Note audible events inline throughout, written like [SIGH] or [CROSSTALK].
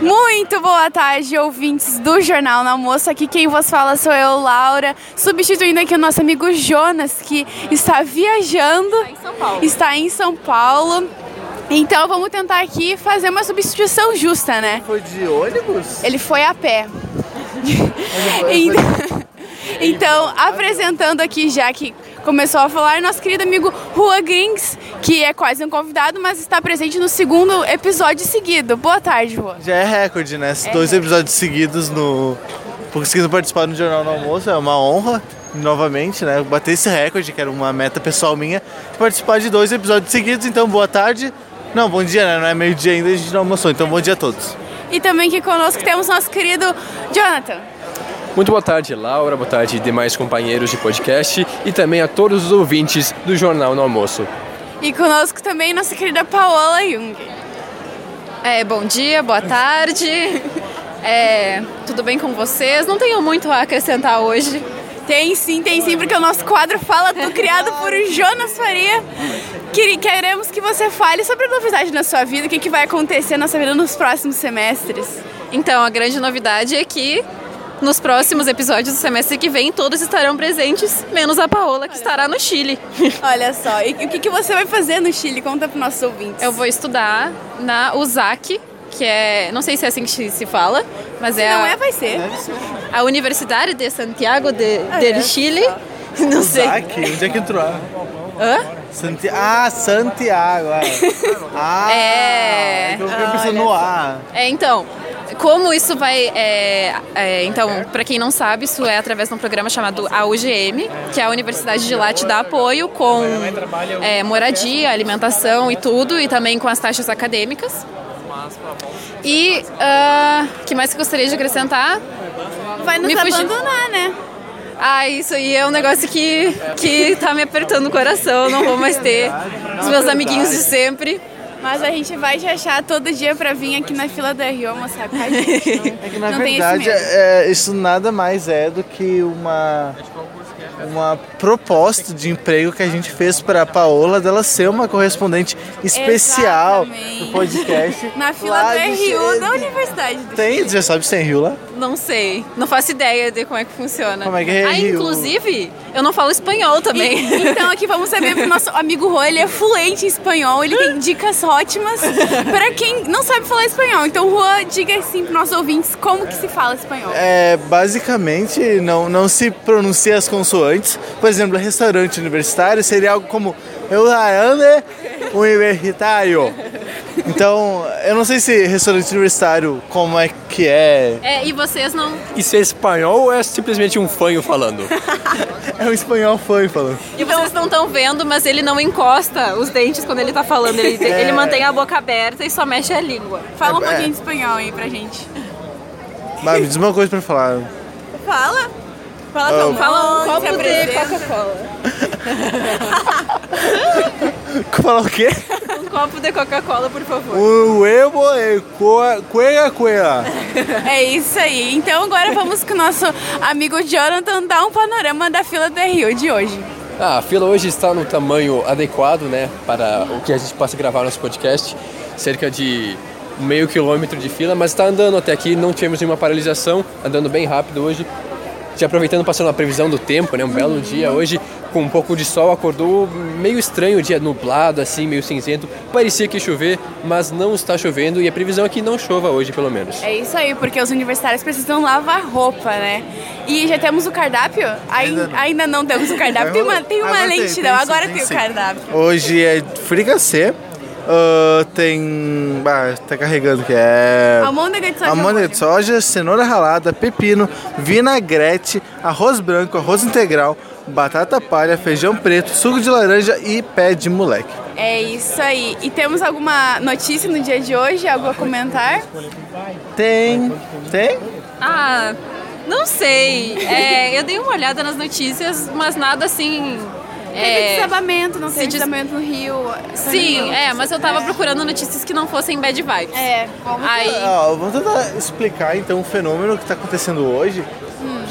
Muito boa tarde, ouvintes do Jornal na Moça. Aqui quem vos fala sou eu, Laura, substituindo aqui o nosso amigo Jonas, que está viajando. Está em São Paulo. Então vamos tentar aqui fazer uma substituição justa, né? Foi de ônibus? Ele foi a pé. Ele foi- Então, [LAUGHS] então, apresentando aqui, já que começou a falar, nosso querido amigo Rua Grings, que é quase um convidado, mas está presente no segundo episódio seguido. Boa tarde, Rua. Já é recorde, né? Esses Dois episódios seguidos no. Conseguindo participar do Jornal do Almoço, é uma honra, novamente, né? Bater esse recorde, que era uma meta pessoal minha, de participar de dois episódios seguidos, então boa tarde. Não, bom dia, né? Não é meio-dia ainda, a gente não almoçou, então bom dia a todos. E também aqui conosco temos nosso querido Jonathan. Muito boa tarde, Laura, boa tarde, demais companheiros de podcast e também a todos os ouvintes do Jornal no Almoço. E conosco também nossa querida Paola Jung. É, bom dia, boa tarde. É, tudo bem com vocês? Não tenho muito a acrescentar hoje. Tem sim, tem sim, porque o nosso quadro Fala Tu, criado por Jonas Faria. Que- Queremos que você fale sobre a novidade na sua vida, o que, que vai acontecer na sua vida nos próximos semestres. Então, a grande novidade é que nos próximos episódios do semestre que vem todos estarão presentes, menos a Paola, que estará no Chile. Olha só, e o que, que você vai fazer no Chile? Conta para nossos ouvintes. Eu vou estudar na USAC, que é. Não sei se é assim que se fala, mas Se é, não a, é, vai ser. a Universidade de Santiago de, é. del Chile. [LAUGHS] Não sei. Aqui, onde é que entrou? Hã? Santi... Ah, Santiago, [LAUGHS] é. Ah, então É. Eu fiquei pensando no A. É, então, como isso vai. é, é, então, para quem não sabe, isso é através de um programa chamado AUGM, que é a universidade de lá te dá apoio com é, moradia, alimentação e tudo, e também com as taxas acadêmicas. E o que mais que eu gostaria de acrescentar? Vai nos Me fugi- abandonar, né? Ah, isso aí é um negócio que, que tá me apertando o coração, não vou mais ter os meus amiguinhos de sempre. Mas a gente vai te achar todo dia pra vir aqui na fila da Rio almoçar com a gente. É que na Não tem esse verdade medo. é, isso nada mais é do que uma uma proposta de emprego que a gente fez para Paola dela ser uma correspondente especial Exatamente. do podcast. [LAUGHS] Na lá fila do de RU da Chile. Universidade do Tem, você já sabe se tem Rio lá? Não sei, não faço ideia de como é que funciona. Como é que é Ah, Rio? inclusive, eu não falo espanhol também. E- [LAUGHS] então aqui vamos saber pro nosso amigo Rô, ele é fluente em espanhol, ele tem dicas ótimas pra quem não sabe falar espanhol. Então, Rô, diga assim pros nossos ouvintes como que se fala espanhol. É, basicamente não, não se pronuncia as consoantes. Por exemplo, restaurante universitário seria algo como eu ande [LAUGHS] universitário. Então, eu não sei se restaurante universitário como é que é. É, e vocês não. Isso é espanhol ou é simplesmente um fanho falando? É um espanhol fã falando. E Então- vocês não estão vendo, mas ele não encosta os dentes quando ele tá falando. Ele, É. ele mantém a boca aberta e só mexe a língua. Fala um é- pouquinho de espanhol aí pra gente. Mas me diz uma coisa pra [LAUGHS] falar. Fala. Fala Ah, teu nome, Fala um se copo de apresenta. Coca-Cola. Falar o quê? Um copo de Coca-Cola, por favor. O huevo é coa- cuega cuega. É isso aí. Então agora vamos com o nosso amigo Jonathan dar um panorama da fila do Rio de hoje. Ah, a fila hoje está no tamanho adequado, né, para o que a gente possa gravar nosso podcast, cerca de meio quilômetro de fila, mas está andando até aqui, não tivemos nenhuma paralisação, andando bem rápido hoje. Já aproveitando, passando a previsão do tempo, né, um belo dia hoje, com um pouco de sol, acordou meio estranho o dia, nublado assim, meio cinzento, parecia que ia chover, mas não está chovendo e a previsão é que não chova hoje, pelo menos. É isso aí, porque os universitários precisam lavar roupa, né? E já temos o cardápio? Ainda, Ainda ainda, não. não temos o cardápio. Vai Tem uma, rolar. tem uma Agora tem, lentidão, tem sim, agora tem tem o sim. cardápio. Hoje é fricassê. ah, tem. Ah, tá carregando que é. Almôndega de soja. Amônia de molho. soja, cenoura ralada, pepino, vinagrete, arroz branco, arroz integral, batata palha, feijão preto, suco de laranja e pé de moleque. É isso aí. E temos alguma notícia no dia de hoje? Algo a comentar? Tem. Tem? Ah, não sei. É, eu dei uma olhada nas notícias, mas nada assim. Teve é, desabamento, não se teve des- desabamento no Rio. Sim, é, mas eu tava procurando notícias que não fossem bad vibes. É, vamos... Aí, Ah, vou tentar explicar então o fenômeno que está acontecendo hoje.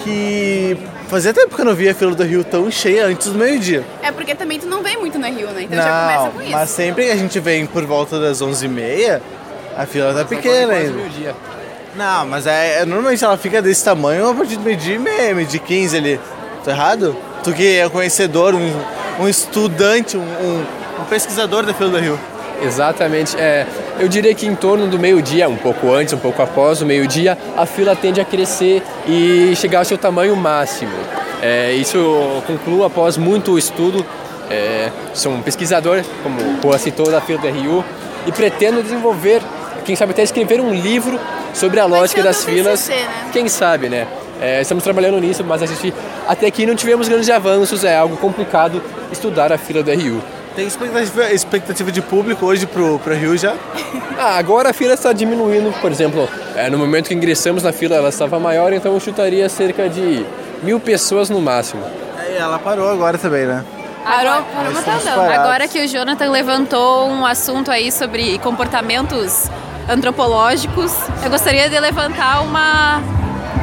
Que fazia tempo que eu não via a fila do Rio tão cheia antes do meio-dia. é porque também tu não vem muito no Rio, né? Então já começa Não, com isso. mas sempre a gente vem por volta das 11h30 A fila tá Agora é pequena quase ainda. meio-dia. Não, mas é, é- normalmente ela fica desse tamanho a partir do meio-dia e meia, meio-dia e 15 ali. Tô errado? Tu que é conhecedor, um, um estudante, um, um- um pesquisador da fila do Rio. Exatamente. É, eu diria que em torno do meio-dia, um pouco antes, um pouco após o meio-dia, a fila tende a crescer e chegar ao seu tamanho máximo. É, isso eu concluo após muito estudo. É, sou um pesquisador, como o Juan citou, da fila do RU, e pretendo desenvolver, quem sabe até escrever um livro sobre a ser lógica o das meu filas. TCC, né? Quem sabe, né? É, estamos trabalhando nisso, mas a gente até aqui não tivemos grandes avanços, é algo complicado estudar a fila do RU. Tem expectativa, expectativa de público hoje pro, pro Rio já? Ah, agora a fila está diminuindo, por exemplo, é, no momento que ingressamos na fila ela estava maior, então eu chutaria cerca de mil pessoas no máximo. É, ela parou agora também, né? Parou? Agora- Nós estamos parados. Agora que o Jonathan levantou um assunto aí sobre comportamentos antropológicos, eu gostaria de levantar uma.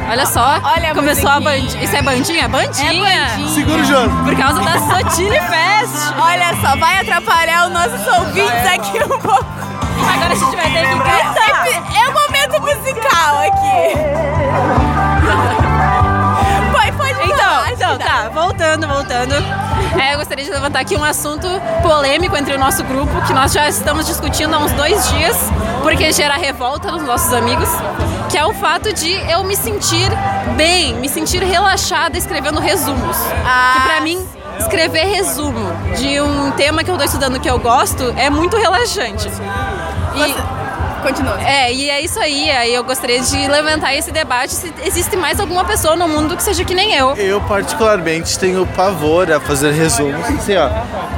Olha só, Olha a começou a musiquinha. bandinha. Isso é bandinha? Bandinha! Segura o jogo. Por causa da Sotile Fest! Olha só, vai atrapalhar os nossos ouvintes É. aqui um pouco. Agora a gente vai ter que gritar! É o momento musical [LAUGHS] aqui. Pode, pode Então, falar, então, Gina. tá, voltando, voltando. É, eu gostaria de levantar aqui um assunto polêmico entre o nosso grupo, que nós já estamos discutindo há uns dois dias, porque gera revolta nos nossos amigos, que é o fato de eu me sentir bem, me sentir relaxada escrevendo resumos. Ah, que pra mim, escrever resumo de um tema que eu tô estudando que eu gosto é muito relaxante. E- Continua. é, e é isso aí. Aí eu gostaria de levantar esse debate se existe mais alguma pessoa no mundo que seja que nem eu. Eu particularmente tenho pavor a fazer resumos, assim, ó.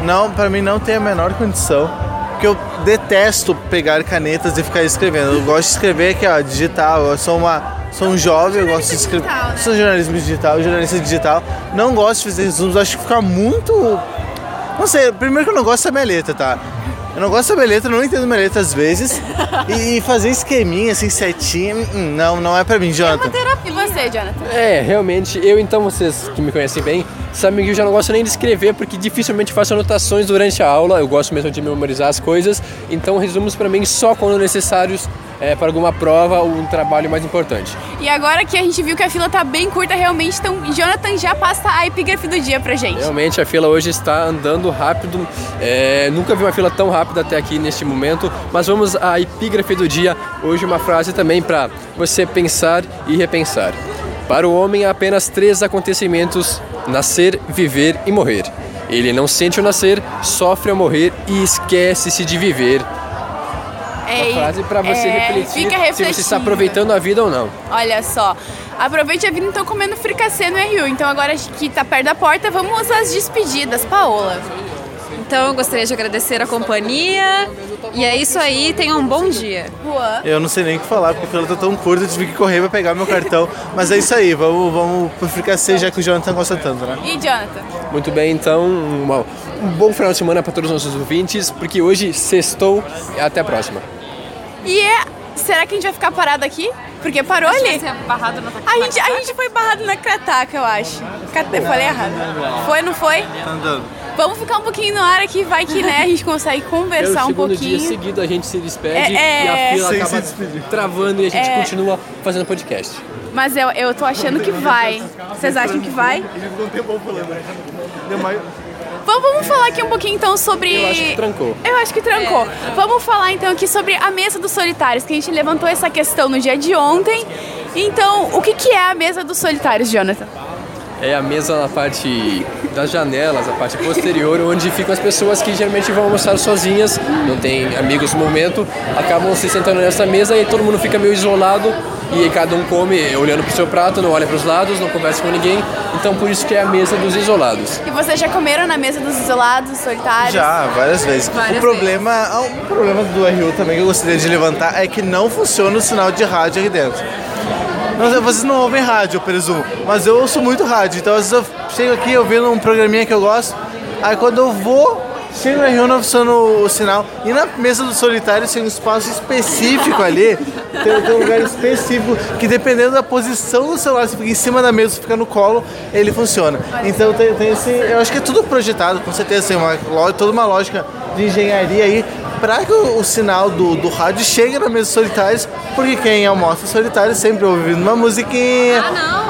Não, para mim não tem a menor condição, porque eu detesto pegar canetas e ficar escrevendo. Eu gosto de escrever aqui, ó, digital. Eu sou uma sou um jovem, eu gosto de escrever. digital, né? Sou jornalismo digital, jornalista digital. Não gosto de fazer resumos, acho que fica muito não sei, primeiro que eu não gosto da minha letra, tá? Eu não gosto da minha letra, eu não entendo minha letra às vezes. e, e fazer esqueminha, assim, setinha, hum, hum, não, não é pra mim, Jonathan. E você, Jonathan? É, realmente, eu então, vocês que me conhecem bem, sabem que eu já não gosto nem de escrever, porque dificilmente faço anotações durante a aula, eu gosto mesmo de memorizar as coisas, então resumos para mim só quando necessários é, para alguma prova ou um trabalho mais importante. E agora que a gente viu que a fila tá bem curta, realmente, então Jonathan já passa a epígrafe do dia pra gente. Realmente a fila hoje está andando rápido. É, nunca vi uma fila tão rápida até aqui neste momento. Mas vamos à epígrafe do dia. Hoje uma frase também para você pensar e repensar. Para o homem há apenas três acontecimentos: nascer, viver e morrer. Ele não sente o nascer, sofre ao morrer e esquece-se de viver. É, Uma frase para você é, refletir Fica se refletindo. você está aproveitando a vida ou não. Olha só. Aproveite a vida então comendo fricassê no RU. Então agora que tá perto da porta, vamos às despedidas, Paola. Então eu gostaria de agradecer a companhia. E é isso aí, tenham um bom dia. Juan. Eu não sei nem o que falar, porque a fila tá tão curta, eu tive que correr pra pegar meu cartão. Mas é isso aí, vamos, vamos pro fricassê, já que o Jonathan gosta tanto, né? E Jonathan? Muito bem, então, uma- um bom final de semana para todos os nossos ouvintes, porque hoje sextou. Até a próxima. E é- será que a gente vai ficar parado aqui? Porque parou ali. é barrado A gente, a gente foi barrado na Crataca, eu acho. Cat- Eu falei errado. Foi, não foi? Tá andando. Vamos ficar um pouquinho no ar aqui, vai que né, a gente consegue Pelo conversar um segundo dia pouquinho. seguido a gente se É, despede é, e a fila Sem se acaba despedir. travando e a gente É. continua fazendo podcast. Mas eu, eu tô achando que vai. Vocês acham que vai? Não tem bom problema. né? Deu mais... Vamos, vamos falar aqui um pouquinho então sobre. Eu acho que trancou. Eu acho que trancou. Vamos falar então aqui sobre a mesa dos solitários, que a gente levantou essa questão no dia de ontem. Então, o que, que é a mesa dos solitários, Jonathan? É a mesa na parte das janelas, a parte posterior, onde ficam as pessoas que geralmente vão almoçar sozinhas, não tem amigos no momento, acabam se sentando nessa mesa e todo mundo fica meio isolado e aí cada um come olhando pro seu prato, não olha pros lados, não conversa com ninguém. Então por isso que é a mesa dos isolados. E vocês já comeram na mesa dos isolados, solitários? Já, várias vezes. Várias o problema, um problema do RU também que eu gostaria de levantar é que não funciona o sinal de rádio aqui dentro. Não sei, é, vocês não ouvem rádio, eu presumo, mas eu ouço muito rádio, então às vezes eu chego aqui ouvindo um programinha que eu gosto, aí quando eu vou, chego no RU não funciona o, o sinal. E na mesa do solitário tem um espaço específico ali, tem, tem um lugar específico que dependendo da posição do celular, se fica em cima da mesa, se fica no colo, ele funciona. Então tem, tem esse. Eu acho que é tudo projetado, com certeza, tem uma, ló- toda uma lógica de engenharia aí para que o, o sinal do, do rádio chegue na mesa dos solitários, porque quem almoça solitário sempre ouvindo uma musiquinha. Ah, não,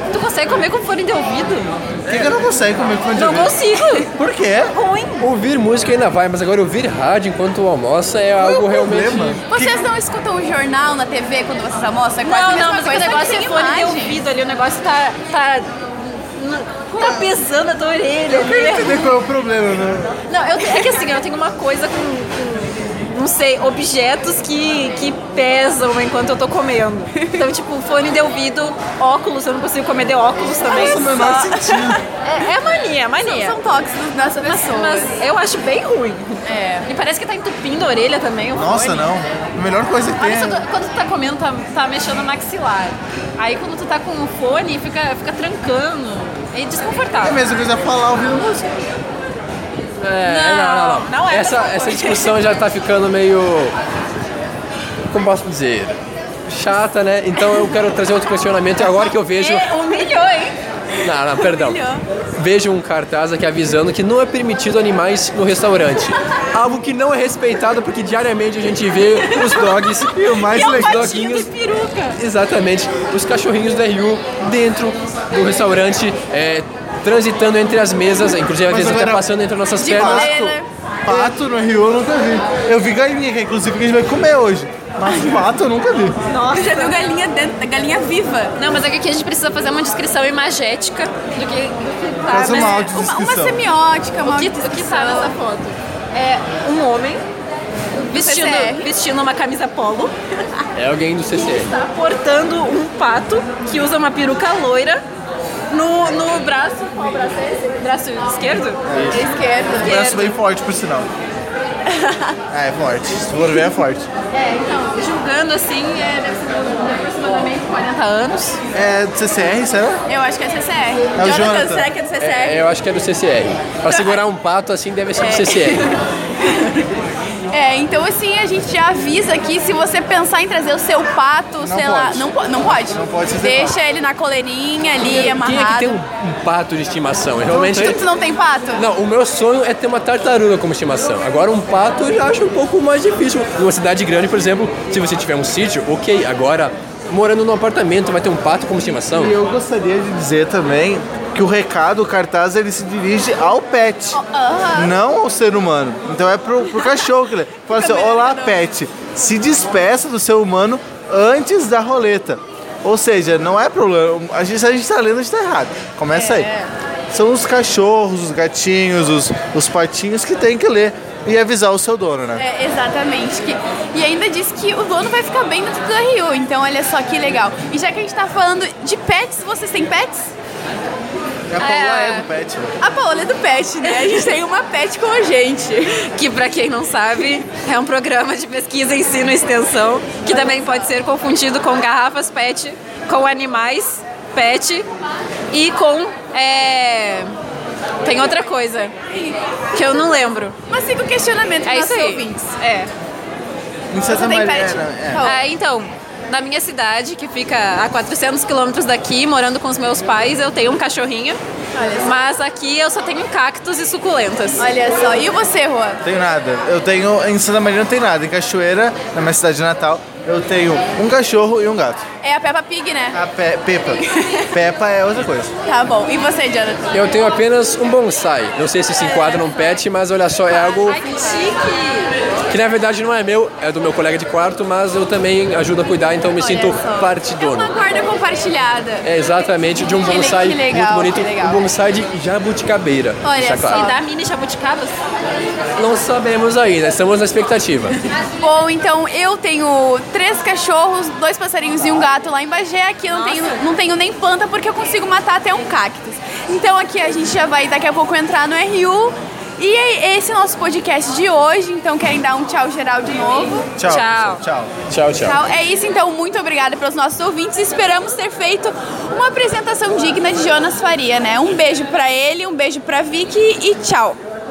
não. Tu consegue comer com fone de ouvido? Por que, que eu não consegue comer com fone de Não ouvido? consigo. Por quê? Uhum. Ruim. Ouvir música ainda vai, mas agora ouvir rádio enquanto almoça é algo realmente. um problema? Vocês não escutam o jornal na TV quando vocês almoçam? É quase a Não, mesma não, mas é que coisa, o negócio só é que sem fone de imagem. ouvido ali, o negócio tá. tá. tá pesando a tua orelha ali. Entender qual é o problema, né? Não, eu, te- é que assim, eu tenho uma coisa com. com, não sei, objetos que, que pesam enquanto eu tô comendo. Então, tipo, fone de ouvido, óculos, eu não consigo comer de óculos também. Faz é o menor Só- sentido. É, é mania, mania. São tóxicos das pessoas. Mas eu acho bem ruim. É. E parece que tá entupindo a orelha também. o Nossa, fone. não. A melhor coisa que tem. Olha só, é- tu- quando tu tá comendo, tá, tá mexendo no maxilar. Aí quando tu tá com o fone, fica, fica trancando. É É a desconfortável. mesma coisa falar ouvindo música. É, Não, não é essa, dessa forma. essa discussão já tá ficando meio. Como posso dizer? Chata, né? Então eu quero trazer outro questionamento. Agora que eu vejo. É, humilhou, hein? Não, não, perdão. Vejo um cartaz aqui avisando que não é permitido animais no restaurante. Algo que não é respeitado porque diariamente a gente vê os dogs e o mais E é um legal patinho de peruca. Exatamente, os cachorrinhos da RU dentro do restaurante, é, transitando entre as mesas, inclusive às Mas vezes até agora, passando entre nossas de pernas. rolê, né? um Pato no Rio eu nunca vi. Eu vi galinha, que é inclusive que a gente vai comer hoje. Mas um pato eu nunca vi. Ah, Eu já vi galinha dentro, galinha viva. um Não, mas é que aqui a gente precisa fazer uma descrição imagética do que, do que tá. Faz uma nessa- Uma, audiodescrição. uma semiótica, uma O que, o que tá nessa foto? É um homem vestindo, CCR. vestindo uma camisa polo, É alguém do CC. tá portando um pato que usa uma peruca loira no, no braço. Qual braço é esse? Braço esquerdo? esquerda. Braço bem forte, [LAUGHS] por sinal. É, é forte. Se for ver, é forte. É, então, julgando assim, é, deve ser aproximadamente 40 anos. É do CCR, será? Eu acho que é CCR. o Jonathan, Jonathan. será que é do CCR? É, eu acho que é do CCR. Pra segurar um pato assim deve ser [LAUGHS] do CCR. É, então assim, a gente já avisa aqui, se você pensar em trazer o seu pato, sei lá, pode. não, po- não pode. Não pode ser Deixa ele na coleirinha ali, Quem é amarrado. que tem um, um pato de estimação? Eu realmente. Tu, tu não tem pato? Não, o meu sonho é ter uma tartaruga como estimação. Agora, um pato eu já acho um pouco mais difícil. Numa cidade grande, por exemplo, se você tiver um sítio, ok. Agora, morando num apartamento, vai ter um pato como estimação? E eu gostaria de dizer também que o recado, o cartaz, ele se dirige ao pet. Não ao ser humano. Então é pro, pro cachorro [LAUGHS] que ele fala assim, olá pet, se despeça do ser humano antes da roleta. Ou seja, não é problema. A gente, se a gente tá lendo, a gente tá errado. Começa aí. São os cachorros, os gatinhos, os, os patinhos que tem que ler e avisar o seu dono, né? É, exatamente. Que, e ainda diz que o dono vai ficar bem dentro da Rio. Então olha só que legal. E já que a gente tá falando de pets, vocês têm pets? É, a Paula é do pet. né? A Paola é do pet, né? A gente tem uma pet com a gente. que pra quem não sabe é um programa de pesquisa, ensino e extensão que também pode ser confundido com garrafas PET, com animais PET e com é, tem outra coisa que eu não lembro. Mas fica o questionamento para É isso nossos aí. ouvintes. É. Em Santa Você tem Maria, pet? né? É. Paola. Ah, então, na minha cidade, que fica a 400 quilômetros daqui, morando com os meus pais, eu tenho um cachorrinho. Olha só. Mas aqui eu só tenho cactos e suculentas. Olha só. E você, Juan? Tenho nada. Eu tenho. Em Santa Maria não tem nada. Em Cachoeira, na minha cidade natal, eu tenho um cachorro e um gato. É a Peppa Pig, né? A Pe Peppa. Peppa é outra coisa. Tá bom. E você, Jonathan? Eu tenho apenas um bonsai. Não sei se se enquadra num pet, mas olha só, é algo Ai, que chique! que na verdade não é meu, é do meu colega de quarto, mas eu também ajudo a cuidar, então me sinto Olha só. parte É dono. uma guarda compartilhada. É exatamente de um Que le- bonsai que legal, muito bonito, que legal. um bonsai de jabuticabeira. Olha deixar só. E é claro. dá mini jabuticabas? assim? Não sabemos ainda, estamos na expectativa. Bom, então eu tenho três cachorros, dois passarinhos e um gato lá em Bagé. Aqui eu não Nossa. tenho, não tenho nem planta porque eu consigo matar até um cactus. Então aqui a gente já vai daqui a pouco entrar no RU. E é esse é o nosso podcast de hoje. Então querem dar um tchau geral de novo? Tchau. Tchau. pessoal. Tchau. Tchau, tchau. Tchau. É isso, então. Muito obrigada pelos nossos ouvintes. Esperamos ter feito uma apresentação digna de Jonas Faria, né? Um beijo pra ele, um beijo pra Vicky e tchau.